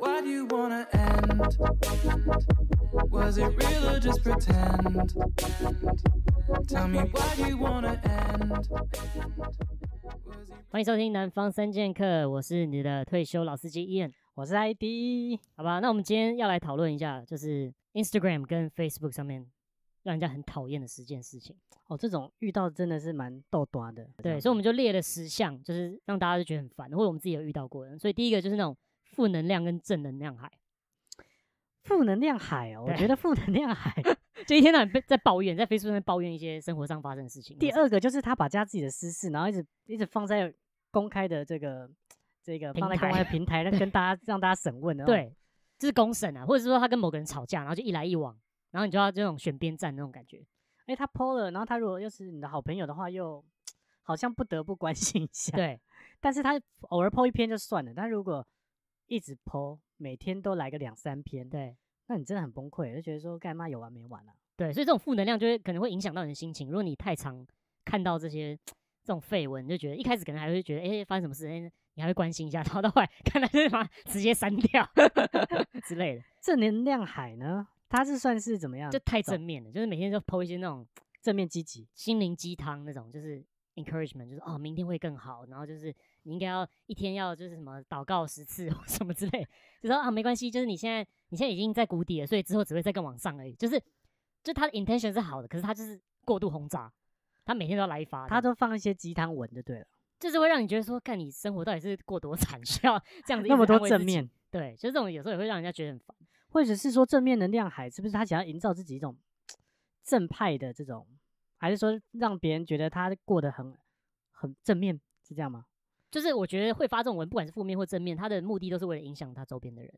how'd you wanna end? Was it real or just pretend? Tell me why'd you wanna end? Was it 欢迎收听《南方三剑客》，我是你的退休老司机 Ian，我是 ID，好吧？那我们今天要来讨论一下，就是 Instagram 跟 Facebook 上面让人家很讨厌的十件事情。哦，这种遇到真的是蛮逗短的，对，所以我们就列了十项，就是让大家就觉得很烦，或者我们自己有遇到过的。所以第一个就是那种负能量跟正能量海，负能量海哦，我对觉得负能 量海。就一天到晚被在抱怨，在 Facebook 上面抱怨一些生活上发生的事情。第二个就是他把家自己的私事，然后一直一直放在公开的这个这个平放在公开台的平 台，跟大家让大家审问的。，对，就是公审啊，或者是说他跟某个人吵架，然后就一来一往，然后你就要这种选边站那种感觉。哎，他 PO 了，然后他如果又是你的好朋友的话，又好像不得不关心一下。，对，但是他偶尔 PO 一篇就算了，但如果一直 PO，每天都来个两三篇，对。那你真的很崩溃，就觉得说干嘛有完没完啊？对，所以这种负能量就会可能会影响到你的心情。如果你太常看到这些这种绯闻，你就觉得一开始可能还会觉得，哎、发生什么事？哎、你还会关心一下， 然后到后来看到就是把它直接删掉 之类的，正能量海呢，它是算是怎么样？就太走正面了。就是每天就抛一些那种正面积极，心灵鸡汤那种，就是 encouragement，就是哦，明天会更好，然后就是你应该要一天要就是什么祷告十次 或什么之类，就说啊没关系，就是你现在你现在已经在谷底了，所以之后只会再更往上而已。就是就他的 intention 是好的，可是他就是过度轰炸，他每天都要来一发的，它都放一些鸡汤文就对了，就是会让你觉得说，看你生活到底是过多 惨，需要这样子一直那么安多慰自正己。面，对，就是这种有时候也会让人家觉得很烦。或者是说正面能量海，是不是他想要营造自己一种正派的这种，还是说让别人觉得他过得很很正面，是这样吗？就是我觉得会发这种文，不管是负面或正面，他的目的都是为了影响他周边的人。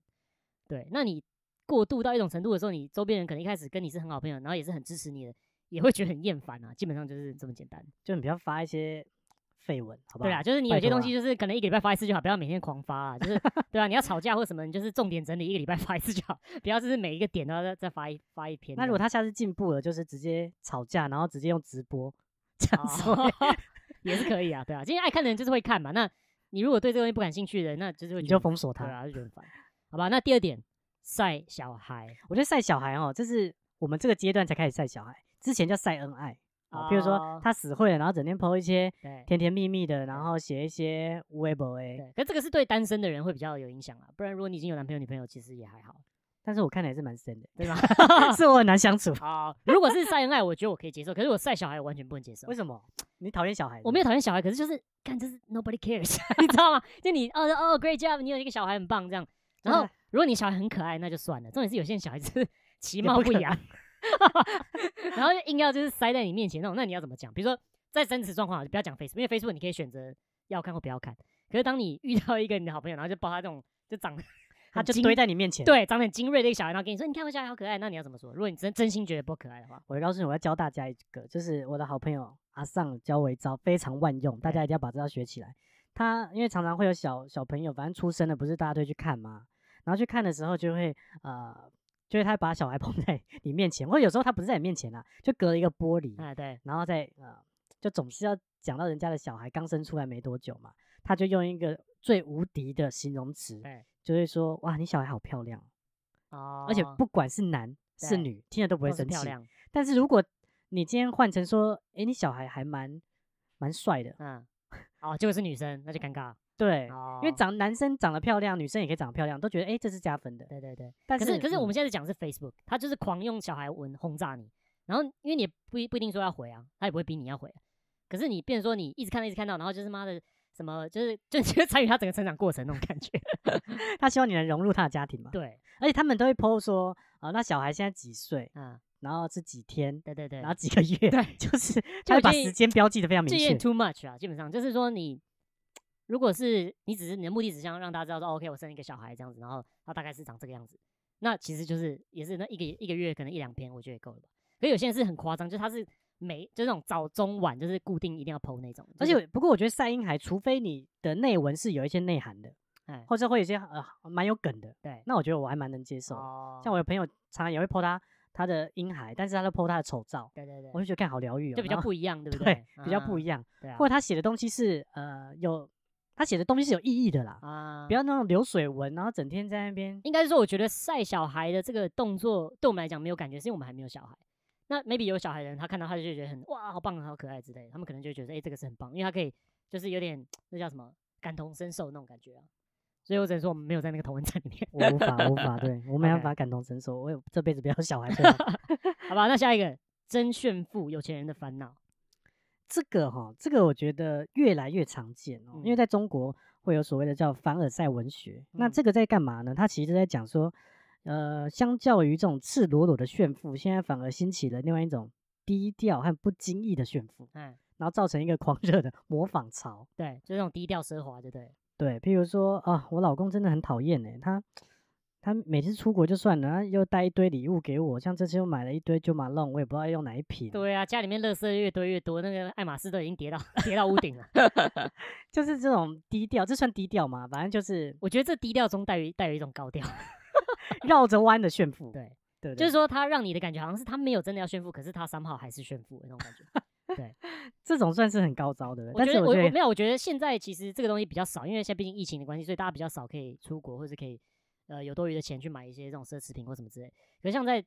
对，那你过度到一种程度的时候，你周边人可能一开始跟你是很好朋友，然后也是很支持你的，也会觉得很厌烦啊。基本上就是这么简单。就你不要发一些绯闻，好不好？对啦，就是你有拜些托东啊西就是可能一个礼拜发一次就好，不要每天狂发啊。 就是对啊，你要吵架或什么，你就是重点整理一个礼拜发一次就好，不要就是每一个点都要再再发一发一篇这样。那如果他下次进步了，就是直接吵架，然后直接用直播 这样说。哦也是可以啊，对啊，今天爱看的人就是会看嘛。那你如果对这个东西不感兴趣的，那就是会你觉就得封锁对他。啊，就觉得很烦。好吧，那第二点，晒小孩我觉得晒小孩哦，这是我们这个阶段才开始晒小孩，之前叫晒恩爱啊。比如说哦他死会了，然后整天 PO 一些对甜甜蜜蜜的，然后写一些微博哎。对，可是这个是对单身的人会比较有影响啊。不然如果你已经有男朋友女朋友，其实也还好，但是我看了也是蛮深的，对吧？ 是我很难相处。好，哦如果是晒恩爱，我觉得我可以接受，可是我晒小孩我完全不能接受为。什么？你讨厌小孩？我没有讨厌小孩，可是就是看就是 nobody cares，你 知道吗？就你哦哦 great job，你有一个小孩很棒这样。然后哎如果你小孩很可爱，那就算了。重点是有些人小孩就是 其也貌不不可扬， 然后就硬要就是塞在你面前那种，那你要怎么讲？比如说在真实状况，就啊不要讲 Facebook，因为 Facebook 你可以选择要看或不要看。可是当你遇到一个你的好朋友，然后就抱他这种就长得他很就精堆在你面前。，对长得很精锐的一个小孩，然后跟你说你看我小孩好可爱，那你要怎么说？如果你真真心觉得不可爱的话，我告诉你，我要教大家一个，就是我的好朋友阿尚教我一招，非常万用，大哎家一定要把这招学起来。他因为常常会有小小朋友，反正出生了，不是大家都会去看吗？然后去看的时候就会呃，就是他把小孩捧 在你面前，或者有时候他不是在你面前啊，就隔了一个玻璃，哎对，然后再呃，就总是要讲到人家的小孩刚生出来没多久嘛，他就用一个最无敌的形容词对，就会说哇，你小孩好漂亮，哦，而且不管是男是对女，听了都不不会会是生漂气。亮，但是如果你今天换成说，诶，你小孩还蛮蛮帅的，嗯，哦，结果是女生，那就尴尬。对，哦因为长男生长得漂亮，女生也可以长得漂亮，都觉得诶，这是加分的。对对对，但可是是可是我们嗯现在讲的是 Facebook，他就是狂用小孩文轰炸你，然后因为你也不一不一定说要回啊，他也不会逼你要回啊、可是你变成说你一直看到一直看到，然后就是妈的什么，就是就你就参与他整个成长过程那种感觉。 嗯他希望你能融入他的家庭嘛，对，而且他们都会 PO 说，啊、那小孩现在几岁，啊，然后是几天，对对对然，后几个月，对 就就是我他会把建议时间标记的非常这明有点。确 too much 啊，基本上就是说你。如果是你只是你的目的只想让大家知道说、哦 OK 我生一个小孩这样子，然后他大概是长这个样子，那其实就是也是那一个一个月可能一两篇我觉得也够了吧。可是有些人是很夸张，就是他是每就是那种早中晚就是固定一定要 PO 那种，而就是且不过我觉得晒婴孩，除非你的内文是有一些内涵的，哎或者会有一些呃蛮有梗的，对，那我觉得我还蛮能接受的。哦像我有朋友常常也会 PO 他他的婴孩，但是他都 PO 他的丑照，对对对，我就觉得看好疗愈哦，就比较然后不一样，对不嗯对，比较不一一样。样，对啊或者他写的东西是呃有他写的东西是有意义的啦，啊，不要那种流水文，然后整天在那边应该是说，我觉得晒小孩的这个动作对我们来讲没有感觉，是因为我们还没有小孩。那 maybe 有小孩的人，他看到他就觉得很哇，好棒，好可爱之类的，他们可能就觉得，哎、这个是很棒，因为他可以就是有点那叫什么感同身受那种感觉啊。所以我只能说，我们没有在那个同文层里面， 我无法无法，对我没办 OK 法感同身受，我有这辈子不要 小孩对吧好吧？那下一个真炫富，有钱人的烦恼。这个哈，这个我觉得越来越常见哦，因为嗯在中国会有所谓的叫凡尔赛文学。那嗯这个在干嘛呢？它其实在讲说，呃，相较于这种赤裸裸的炫富，现在反而兴起了另外一种低调和不经意的炫富，嗯，然后造成一个狂热的模仿潮。对，就是那种低调奢华，对不对了？对，譬如说啊，我老公真的很讨厌哎，他他每次出国就算了，他又带一堆礼物给我，像这次又买了一堆九马龙，我也不知道要用哪一瓶。对啊，家里面垃圾越堆越多，那个爱马仕都已经叠到 叠到屋顶了。就是这种低调，这算低调吗？反正就是我觉得这低调中带有带有一种高调，绕着弯的炫富。对对不对，就是说他让你的感觉好像是他没有真的要炫富，可是他 somehow 还是炫富的那种感觉。这种算是很高招的了。我但觉是得我我觉我得没有，我觉得现在其实这个东西比较少，因为现在毕竟疫情的关系，所以大家比较少可以出国，或者可以呃有多余的钱去买一些这种奢侈品或什么之类。可是像在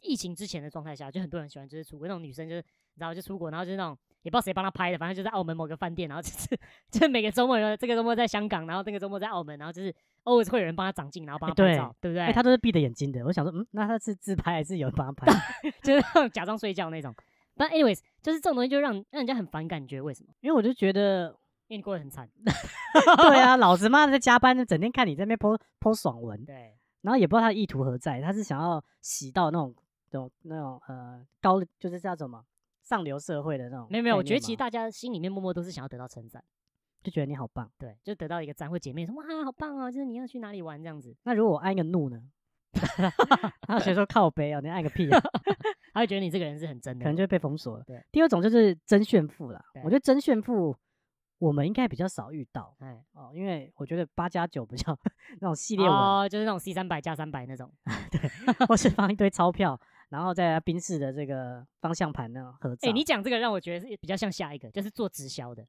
疫情之前的状态下，就很多人喜欢就是出国，那种女生就是然后就出国，然后就是那种也不知道谁帮她拍的，反正就在澳门某个饭店，然后就是 就是每个周末有这个周末在香港，然后那个周末在澳门，然后就是 always 会有人帮她长镜，然后帮哎她拍对照，对不对？哎、他都是闭着眼睛的。我想说，嗯，那他是自拍还是有人帮他拍？ 就是那种假装睡觉那种。但 anyways，就是这种东西就让让人家很反感觉，为什么？因为我就觉得，因为你过得很惨。 对啊，老子妈的在加班，整天看你在那边 po po 爽文，对，然后也不知道他的意图何在，他是想要洗到那种那种那种呃高，就是叫什么上流社会的那种概念吗。没有没有，我觉得其实他大家心里面默默都是想要得到称赞，就觉得你好棒。对，就得到一个赞或姐妹说哇好棒哦，就是你要去哪里玩这样子，那如果我按一个怒呢？ 然后谁说靠背啊？你按个屁啊！他会觉得你这个人是很真的，可能就会被封锁了嗯对。第二种就是真炫富啦，对我觉得真炫富我们应该比较少遇到哎，哦，因为我觉得八加九比较 那种系列文，哦，就是那种 C 三百加三百那种，或是放一堆钞票，然后在宾士的这个方向盘那种合照。哎，你讲这个让我觉得是比较像下一个，就是做直销的，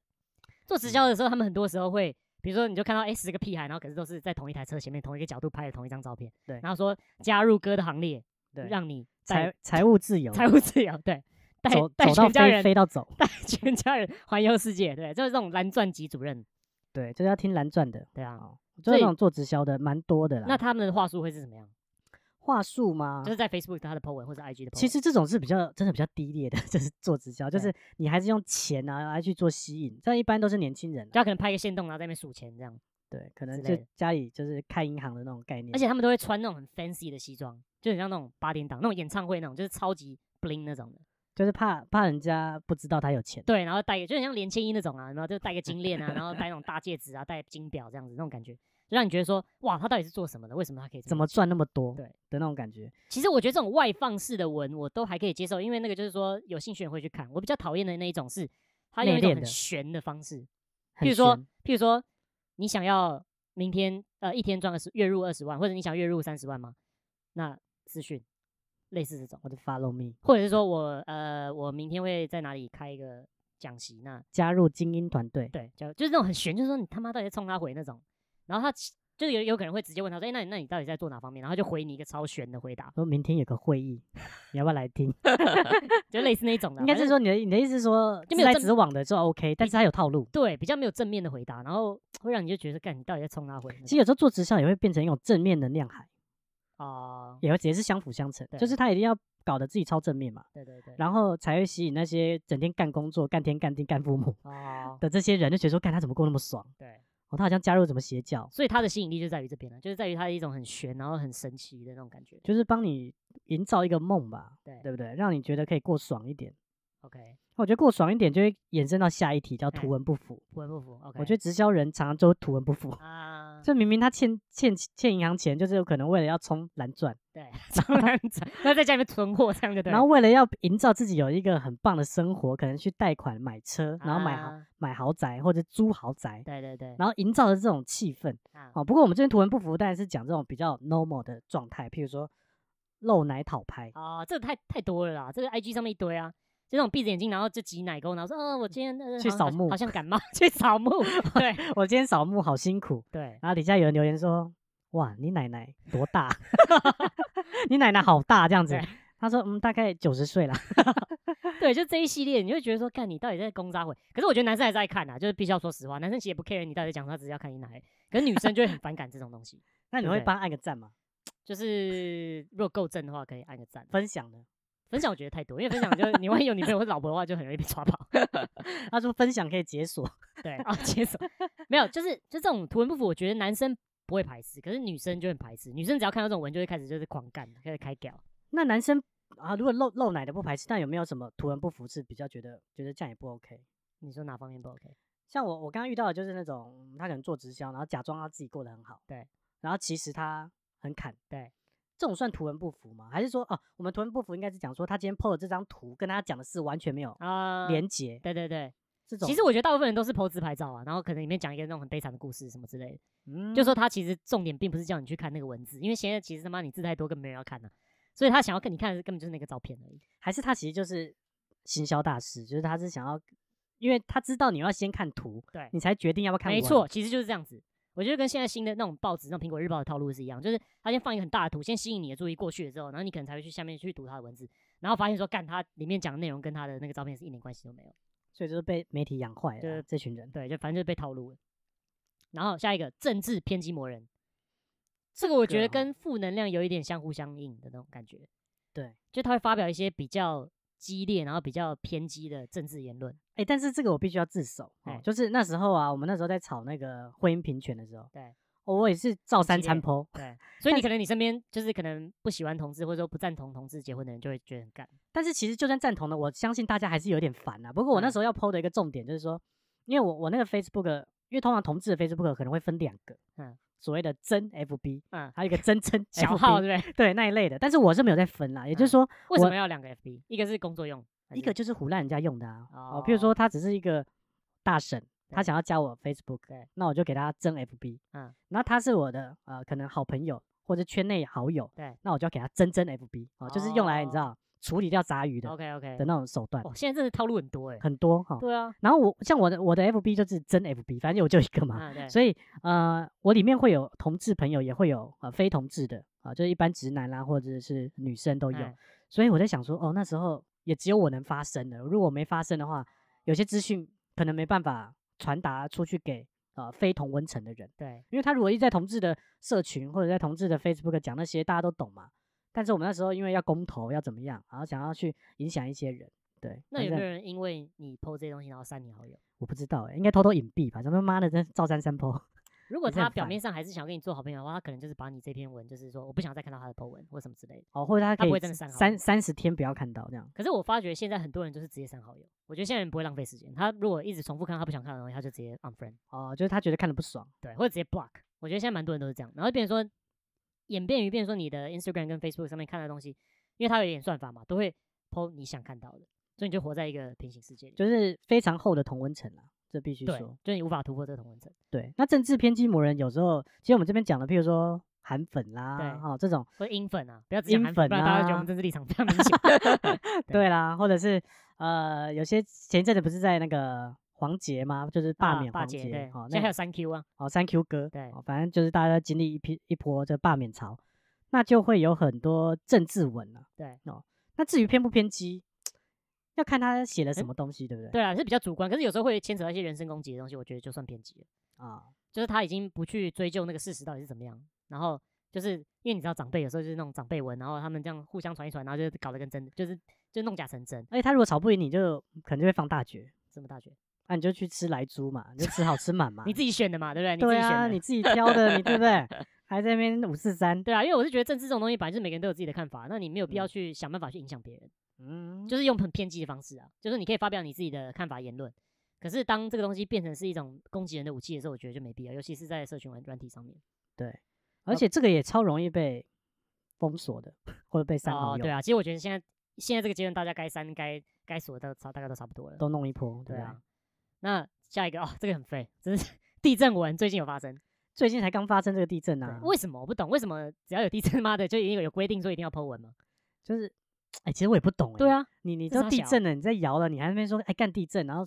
做嗯直销的时候，他们很多时候会。比如说，你就看到哎十个屁孩，然后可是都是在同一台车前面同一个角度拍的同一张照片，对然后说加入哥的行列，对让你带财财务自由，财务自由， 对，带走带走到全家飞人飞到走，带全家人环游世界，对，就是这种蓝钻级主任，对，就是要听蓝钻的。对啊。哦，就是所以那种做直销的蛮多的啦。那他们的话术会是怎么样？话术吗就？是在 Facebook 他的 po 文或者 IG 的 po 文。其实这种是比较真的比较低劣的， 就是做直销，就对是你还是用钱啊来去做吸引，这样一般都是年轻人啊就。他可能拍一个线动，然后在那边数钱这样，对，可能之就类的家里就是开银行的那种概念。而且他们都会穿那种很 fancy 的西装，就很像那种八点档那种演唱会那种，就是超级 bling 那种的。就是怕怕人家不知道他有钱。对，然后戴个就很像连千一那种啊，然后就戴个金链啊，然后戴那种大戒指啊，戴金表这样子那种感觉，就让你觉得说，哇，他到底是做什么的？为什么他可以这怎么有钱赚那么多？嗯对的那种感觉，其实我觉得这种外放式的文我都还可以接受，因为那个就是说有兴趣的人会去看。我比较讨厌的那一种是，他用内一种敛很的玄的方式，很譬如说玄，譬如说，你想要明天呃一天赚二十月入二十万，或者你想月入三十万吗？那私讯类似这种，我的 follow me，或者是说我呃我明天会在哪里开一个讲习，那加入精英团队，对就就是那种很悬，就是说你他妈到底在冲他回那种，然后他其就有有可能会直接问他说，哎、那你那你到底在做哪方面？然后他就回你一个超悬的回答，说明天有个会议，你要不要来 听？就类似那一种的，应该啊反是正说你的你的意思是说就直没有来正嗯直往的做 OK，但是他有套路。对比较没有正面的回答，然后会让你就觉得干你到底在冲 他回那种，其实有时候做直销也会变成一种正面能量海，哦、也会也是相辅相成，就对是他一定要搞得自己超正面嘛，对对对，然后才会吸引那些整天干工作、干天干地、干父母哦的这些人，就觉得说，干他怎么过那么爽？对。哦，他好像加入什么邪教，所以它的吸引力就在于这边了，就是在于它的一种很悬，然后很神奇的那种感觉。就是帮你营造一个梦吧，对对不对？让你觉得可以过爽一点。 ，OK，我觉得过爽一点就会衍生到下一题，叫哎图文不符。不文不符，OK。我觉得直销人常常都图文不符， 得啊，就明明他欠欠欠银行钱，就是有可能为了要充蓝钻，对， 当然，那在家里面囤货这样就对了。然后为了要营造自己有一个很棒的生活，可能去贷款买车，然后买豪、啊买豪宅或者租豪宅，对对对，然后营造的这种气氛。啊哦，不过我们这边图文不符，当然是讲这种比较 normal 的状态，譬如说露奶讨拍， 哦，这个太太多了啦，这个 IG 上面一堆啊。就那种闭着眼睛，然后就挤奶沟，然后说：“哦，我今天、呃、去好像好扫像墓好像 感冒，去扫墓。对”对我今天扫墓好辛苦。 对然后底下有人留言说：“哇，你奶奶多大？ 你奶奶好大这样子对。”他说：“嗯，大概九十岁啦。就这一系列，你就觉得说，看你到底在攻杀会。可是我觉得男生还是爱看啊，就是必须要说实话，男生其实也不 care 你到底在讲啥，只是要看你奶。可是女生就会很反感这种东西，那你对不会对帮按个赞吗？就是如果够正的话，可以按个赞。分享呢？分享我觉得太多，因为分享就你万一有女朋友或老婆的话，就很容易被抓跑。他说分享可以解锁， 对啊，接 受没有，就是就这种图文不符，我觉得男生不会排斥，可是女生就很排斥。女生只要看到这种文，就会开始就是狂干，开始开屌。那男生啊，如果露露奶的不排斥，但有没有什么图文不符是比较觉得觉得这样也不 OK？你说哪方面不 OK？像我我刚刚遇到的就是那种嗯他可能做直销，然后假装他自己过得很好，对，然后其实他很砍，对，这种算图文不符吗？还是说哦，我们图文不符应该是讲说他今天 PO 的这张图跟他讲的事完全没有啊、连结，对对对，这种其实我觉得大部分人都是剖自拍照啊，然后可能里面讲一个那种很悲惨的故事什么之类的。嗯就说他其实重点并不是叫你去看那个文字，因为现在其实他妈你字太多，根本没人要看呐、啊所以他想要跟你看的根本就是那个照片而已。还是他其实就是行销大师，就是他是想要，因为他知道你要先看图，对你才决定要不要看。没错，，其实就是这样子。我觉得跟现在新的那种报纸、那种苹果日报的套路是一样，就是他先放一个很大的图，先吸引你的注意过去了之后，然后你可能才会去下面去读他的文字，然后发现说，干他里面讲的内容跟他的那个照片是一点关系都没有。所以就是被媒体养坏了对啊这群人。对，就反正就是被套路了。然后下一个政治偏激魔人，这个我觉个得哦跟负能量有一点相互相应的那种感觉。对，就他会发表一些比较激烈，然后比较偏激的政治言论。哎、但是这个我必须要自首、哦哎，就是那时候啊，我们那时候在炒那个婚姻平权的时候，对哦，我也是照很三激餐烈剖， 对，所以你可能你身边就是可能不喜欢同志或者说不赞同同志结婚的人，就会觉得很干。但是其实就算赞同的，我相信大家还是有点烦啊。不过我那嗯时候要剖的一个重点就是说，因为我我那个 Facebook，因为通常同志的 Facebook 可能会分两个，嗯，所谓的真 FB，嗯，还有一个真真小 FB 号对不对？对那一类的，但是我是没有在分啦，也就嗯是说 为什我么要两个 FB？一个是工作用，还一个是就是唬烂人家用的啊，哦，譬如说哦他只是一个大婶，他对想要加我 Facebook，哎对那我就给他真 FB，嗯，然后他是我的呃可能好朋友或者圈内好友，对那我就要给他真真 FB，哦，就是用来你知哦道处理掉杂鱼的 OK OK 的。那种手段哦，现在真的套路很多哎。很多哈。对啊，然后我像我的我的 FB 就是真 FB，反正我就一个嘛，啊对，所以呃，我里面会有同志朋友，也会有呃非同志的啊、就是一般直男啦、或者是女生都有。哎所以我在想说，哦，那时候也只有我能发声的，如果没发声的话，有些资讯可能没办法传达出去给呃非同温层的人，对因为他如果一直在同志的社群或者在同志的 Facebook 讲那些，大家都懂嘛。但是我们那时候因为要公投要怎么样，然后想要去影响一些人，对，那但有是没有人因为你 PO 这些东西，然后删你好友？我不知道、欸，应该偷偷隐蔽吧？想说妈的，真是照三三坡。如果也是很他表烦面上还是想跟你做好朋友的话，他可能就是把你这篇文，就是说我不想再看到他的 PO 文或什么之类的。哦，或者他他不可以会真的删好三友三十天不要看到这样。可是我发觉现在很多人就是直接删好友，我觉得现在人不会浪费时间。他如果一直重复看他不想看的东西，他就直接 unfriend，哦，就是他觉得看的不爽。对，或者直接 block。我觉得现在蛮多人都是这样，然后变成说演变于变成说你的 Instagram 跟 Facebook 上面看的东西，因为它有演算法嘛，都会 po 你想看到的，所以你就活在一个平行世界里。就是非常厚的同温层啊，这必须对，说。就是你无法突破这个同文层，对，那政治偏激魔人有时候，其实我们这边讲的，譬如说韩粉啦，对哦这种，或者英粉啊，不要只讲英韩粉，粉不然大家会觉得啊我们政治立场非常明显。对对啦，或者是呃，有些前一阵子不是在那个黄杰吗？就是 罢啊免罢黄姐，对，杰，哦，现在还那个有三 Q 啊，哦三 Q 哥，对哦，反正就是大家经历一批一波这罢免潮，那就会有很多政治文了、对哦，那至于偏不偏激，要看他写了什嗯么东西，对不对？对啊，是比较主观，可是有时候会牵扯到一些人身攻击的东西，我觉得就算偏激了。啊，就是他已经不去追究那个事实到底是怎么样，然后就是因为你知道长辈有时候就是那种长辈文，然后他们这样互相传一传，然后就搞得跟真的，就是就弄假成真，而且他如果吵不赢你就，嗯可能就会放大绝，这么大学，那、你就去吃来猪嘛，你就吃好吃满嘛 ，你自己选的嘛，对不对？你自啊对己选啊，的，你自己挑的，你对 不对？还在那边五四三，对啊，因为我是觉得政治这种东西本来就是每个人都有自己的看法，那你没有必要嗯去想办法去影响别人，嗯，就是用很偏激的方式啊，就是你可以发表你自己的看法言论。可是当这个东西变成是一种攻击人的武器的时候，我觉得就没必要，尤其是在社群软软体上面。而且这个也超容易被封锁的，或者被删好哦，友，对啊，其实我觉得现在现在这个阶段，大家该删该该锁的差大概都差不多了。都弄一波，对对不对？啊，那下一个哦，这个很废，真是地震文最近有发生，最近才刚发生这个地震对啊， 为什么我不懂？为什么只要有地震，妈的就一定有有规定说一定要 Po 文吗？就是哎、其实我也不懂哎、对，啊，你你这都傻地小震了，你在摇了，你还在那边说哎干地震，然后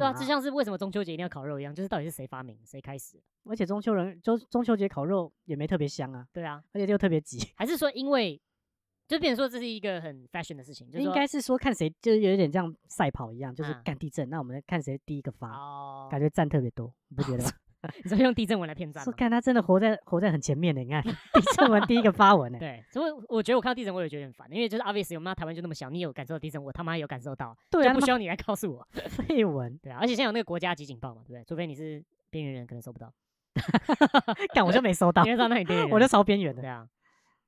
对嘛、啊，就像是为什么中秋节一定要烤肉一样，就是到底是谁发明，谁开始？而且中秋人中中秋节烤肉也没特别香啊，对啊，而且又特别急，还是说因为就变成说这是一个很 fashion 的事情，就是应说该是说看谁就是有点像赛跑一样，就是啊干地震，那我们看谁第一个发，哦，感觉赞特别多，你不觉得吗？你说用地震文来骗赞哦说吗？看他真的活在活在很前面的，你看地震文第一个发文呢，对，所以我我觉得我看到地震我也觉得很烦，因为就是 obviously 我们台湾就那么小，你有感受到地震，我他妈有感受到，对就啊，不他需妈要你来告诉我。 废文，对啊，而且现在有那个国家级警报嘛，对不对？除非你是边缘人，可能收不到，干我就没收到因，为到那里边缘人，我就超边缘的对，啊。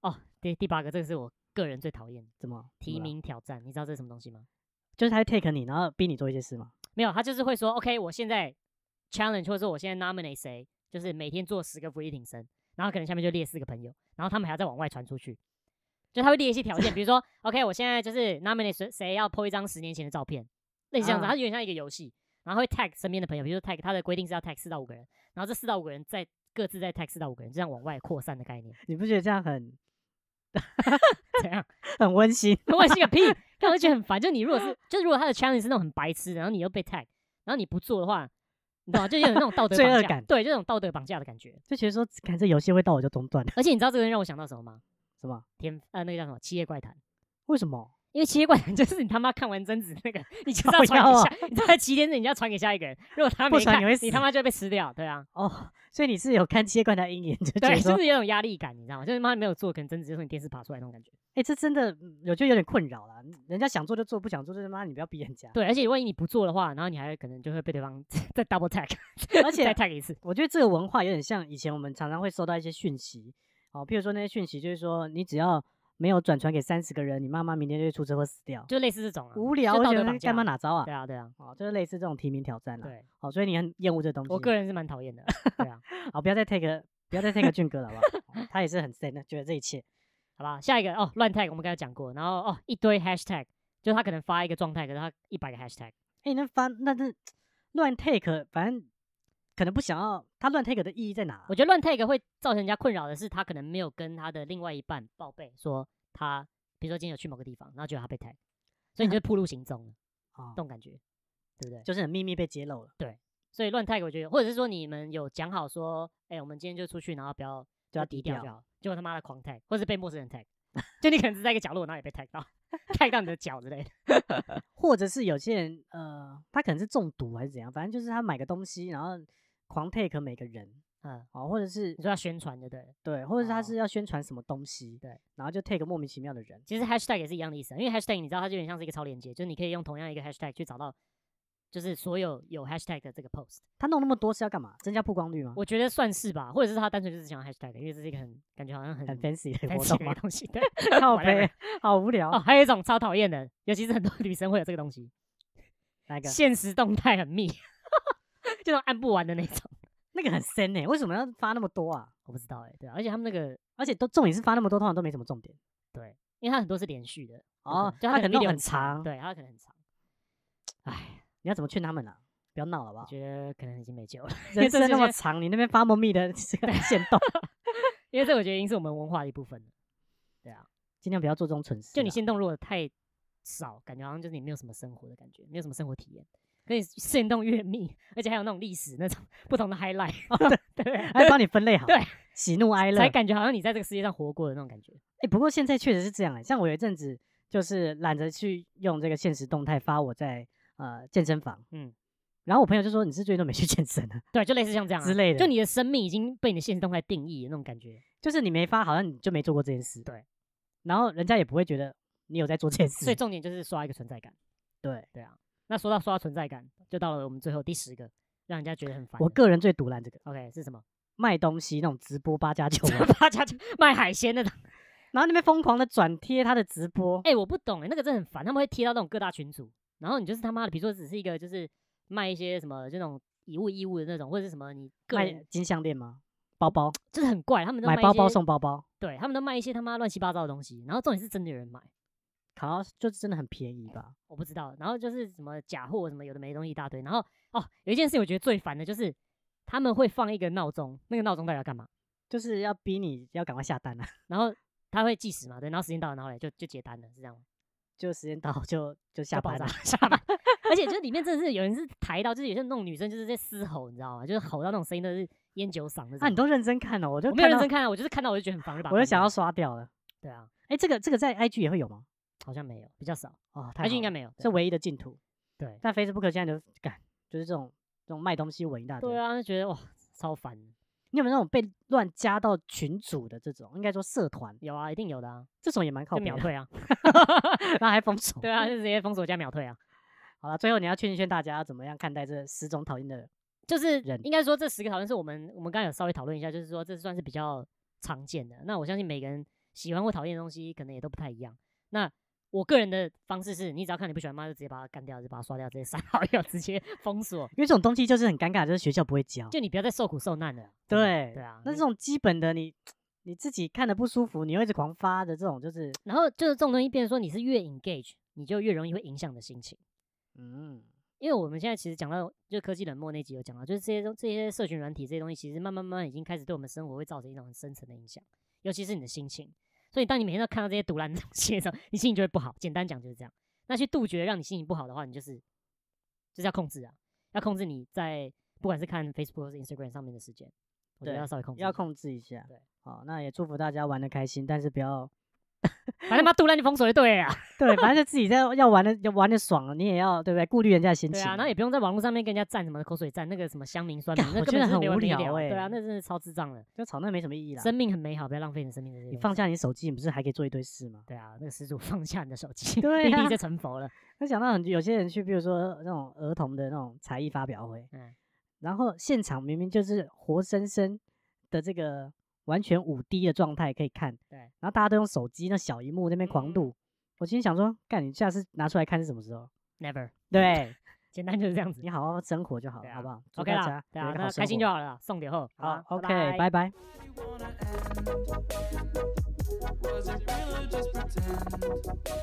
哦，第第八个，这个是我个人最讨厌的怎么提？怎么了名挑战，你知道这是什么东西吗？就是他会 take 你，然后逼你做一些事嘛。没有，他就是会说，OK，我现在 challenge 或者说我现在 nominate 谁，就是每天做十个俯卧挺身，然后可能下面就列四个朋友，然后他们还要再往外传出去，就他会列一些条件，比如 说，OK，我现在就是 nominate 谁谁要 po 一张十年前的照片，类似这样子，啊它有点像一个游戏，然后会 tag 身边的朋友，比如说 tag 他的规定是要 tag 四到五个人，然后这四到五个人再各自再 tag 四到五个人，这样往外扩散的概念， 啊你不觉得这样很怎样？很温馨？ 我是个屁，但我就觉得很烦。就你如果是，就如果他的 challenge 是那种很白痴的，然后你又被 tag，然后你不做的话，你知道吗？就有点那种道德 罪绑恶架感对，就那种道德绑架的感觉。就觉得说，看这游戏会到我就中断了，而且你知道这个让我想到什么吗？是吗？天，呃，那个叫什么《七夜怪谈》。为什么？因为《七夜怪谈》就是你他妈看完贞子那个，你就是靠要传腰给啊下，你在七天内你就要传给下一个人。如果他不没传看，你会你他死妈就会被吃掉。对 啊，哦，所以你是有看《切怪》的阴影，就 觉对，得就说，是有种压力感，你知道吗？就是妈没有做，可能贞子就从你电视爬出来那种感觉。哎，这真的嗯我就有点困扰了。人家想做就做，不想做就是妈，你不要逼人家。对，而且万一你不做的话，然后你还可能就会被对方 再 double tag，而且再 tag 一次。我觉得这个文化有点像以前我们常常会收到一些讯息，哦，譬如说那些讯息就是说，你只要没有转传给三十个人，你妈妈明天就会出车祸死掉。就类似这种啊，无聊，就我道觉德得绑干嘛架哪招啊？对啊，对啊，哦，就是类似这种提名挑战啦。对，哦，所以你很厌恶这东西。我个人是蛮讨厌的。对啊，哦，不要再 take，不要再 take 俊哥了，好不好？哦他也是很 sad，的觉得这一切 好吧，下一个哦，乱 tag 我们刚才讲过，然后哦一堆 hashtag，就他可能发一个状态，可是他一百个 hashtag，哎、那翻那那乱 take，反正可能不想要他乱 take 的意义在哪啊、我觉得乱 tag 会造成人家困扰的是，他可能没有跟他的另外一半报备说他，比如说今天有去某个地方，然后觉得他被 tag，所以 你就暴露行踪了，哦这种感觉，对不对？就是很秘密被揭露了，所以乱 tag 我觉得，或者是说你们有讲好说，哎、我们今天就出去，然后不要就要低低调调就。好，结果他妈的狂 tag，或是被陌生人 tag，就你可能是在一个角落，然后也 被 tag 到，tag 到你的脚之类的。或者是有些人呃，他可能是中毒还是怎样，反正就是他买个东西，然后狂 take 每个人嗯，哦，或者是你说要宣传就对了。对，或者是他哦是要宣传什么东西，对，然后就 take 莫名其妙的人，其实 hashtag 也是一样的意思啊，因为 hashtag 你知道它就有点像是一个超链接，就是你可以用同样一个 hashtag 去找到，就是所有有 hashtag 的这个 post。他弄那么多是要干嘛？增加曝光率吗？我觉得算是吧，或者是他单纯就是想要 hashtag，因为这是一个很感觉好像很很 fancy 的活 fancy 动的一个吗？哦东西。 对，靠 whatever 背，好无聊。哦，还有一种超讨厌的，尤其是很多女生会有这个东西，哪一个？现实动态很密， 这种按不完的那种。 那个很深呢、为什么要发那么多啊？我不知道哎、对啊、而且他们那个，而且都重点是发那么多，通常都没什么重点。因为它很多是连续的，有可哦能就它可能能 video 弄很很长对，它可能很长。哎，你要怎么劝他们啊？不要闹了好不我好？觉得可能已经没救了。因为人这生就那么是长，你那边发莫密的 这个限动，因为这我觉得已经是我们文化的一部分了。尽量不要做这种蠢事啊。就你心动如果太少，感觉好像就是你没有什么生活的感觉，没有什么生活体验。可以 心动越密，而且还有那种历史那种不同的 highlight，、对哦对哎还帮你分类好，对，喜怒哀乐。才哎、感觉好像你在这个世界上活过的那种感觉。不过现在确实是这样哎、像我有一阵子就是懒得去用这个现实动态发我在呃健身房，嗯，然后我朋友就说你是最近都没去健身啊，对，就类似像这样、啊、之类的就你的生命已经被你的现实动态定义的那种感觉。就是你没发，好像你就没做过这件事。对，然后人家也不会觉得你有在做这件事。所以重点就是刷一个存在感。嗯对，对啊，那说到刷存在感，就到了我们最后第十个，让人家觉得很烦的。我个人最独揽这个 OK 是什么？卖东西那种直播八加九文， 八家就卖海鲜的。然后那边疯狂的转贴他的直播，哎、我不懂哎、那个真的很烦，他们会贴到那种各大群组，然后你就是他妈的，比如说只是一个就是卖一些什么这种以物易物的那种，或者是什么你个卖人金项链吗？包包，就是很怪，他们都买卖一包包些送，包包，对他们都卖一些他妈乱七八糟的东西，然后重点是真的有人买，好，就是真的很便宜吧？我不知道，然后就是什么假货什么有的没的东西一大堆，然后哦有一件事我觉得最烦的就是他们会放一个闹钟，那个闹钟到底要干嘛？就是要逼你要赶快下单啊！ 然后他会计时嘛，对，然后时间到了，然后嘞就就结单了，是这样吗？就时间到就就下要爆班炸了，下 班。而且就是里面真的是有人是抬到，就是有些那种女生就是在嘶吼，你知道吗？就是吼到那种声音都是烟酒嗓那啊，你种。都认真看了，我就我没有看认到真看啊，我就是看到我就觉得很烦，就把它我就关想要掉刷掉了。对啊，哎、这个这个在 IG 也会有吗？好像没有，比较少哦，太，IG 好应该了没有。是唯一的净土。对 但 Facebook 现在就干，就是这种这种卖东西文一大堆。对，啊，就觉得哇超烦。你有没有那种被乱加到群组的这种？应该说社团有啊，一定有的啊，这种也蛮靠就谱秒的， 退啊。然后还封锁。对啊，就直接封锁加秒退啊。好了，最后你要劝一劝大家怎么样看待这十种讨厌的人。就是人应该说这十个讨论是我们我们刚刚有稍微讨论一下，就是说这算是比较常见的。那我相信每个人喜欢或讨厌的东西可能也都不太一样。那我个人的方式是，你只要看你不喜欢，妈就直接把它干掉，就把它刷掉， 直接删好友，直接封锁，因为这种东西就是很尴尬，就是学校不会教。就你不要再受苦受难了。真的对对啊，那你这种基本的你你自己看的不舒服，你会一直狂发的这种，就是然后就是这种东西，变成说你是越 engage，你就越容易会影响你的心情。嗯，因为我们现在其实讲到就科技冷漠那集有讲到，就是这些东这些社群软体这些东西，其实慢慢慢慢已经开始对我们生活会造成一种很深层的影响，尤其是你的心情。所以当你每天都看到这些毒烂的东西的时候，你心情就会不好。简单讲就是这样。那去杜绝让你心情不好的话，你就是就是要控制啊，要控制你在不管是看 Facebook 或是 Instagram 上面的时间，我觉得对要稍微控制，要，控制一下。对，好，那也祝福大家玩的开心，但是不要反正把毒烂就封锁就对 了啊。对，反正就自己在要玩的要玩的爽了，你也要对不对？顾虑人家的心对情。啊，然后也不用在网络上面跟人家站什么口水战，那个什么乡民酸民，干那我根觉本得就是很没完无没聊了欸对啊，那真的超智障的。就吵那没什么意义啦。生命很美好，不要浪费你的生命在这些你东放西下你手机，你不是还可以做一堆事吗？对啊，那个施主 放下你的手机，弟对弟啊就成佛了。我想到很有些人去，比如说那种儿童的那种才艺发表会，嗯，然后现场明明就是活生生的这个完全五 D 的状态可以看，对然后大家都用手机那小荧幕那边狂嗯录，我心里想说，干你下次拿出来看是什么时候？ Never，对简单就是这样子你。好好生活就好对了，啊好不好？祝 OK 大啦家，对有啊一，个那生开心活就好啊了啦，送点后。好吧，OK，拜拜。 you wanna end? Was it real or just pretend?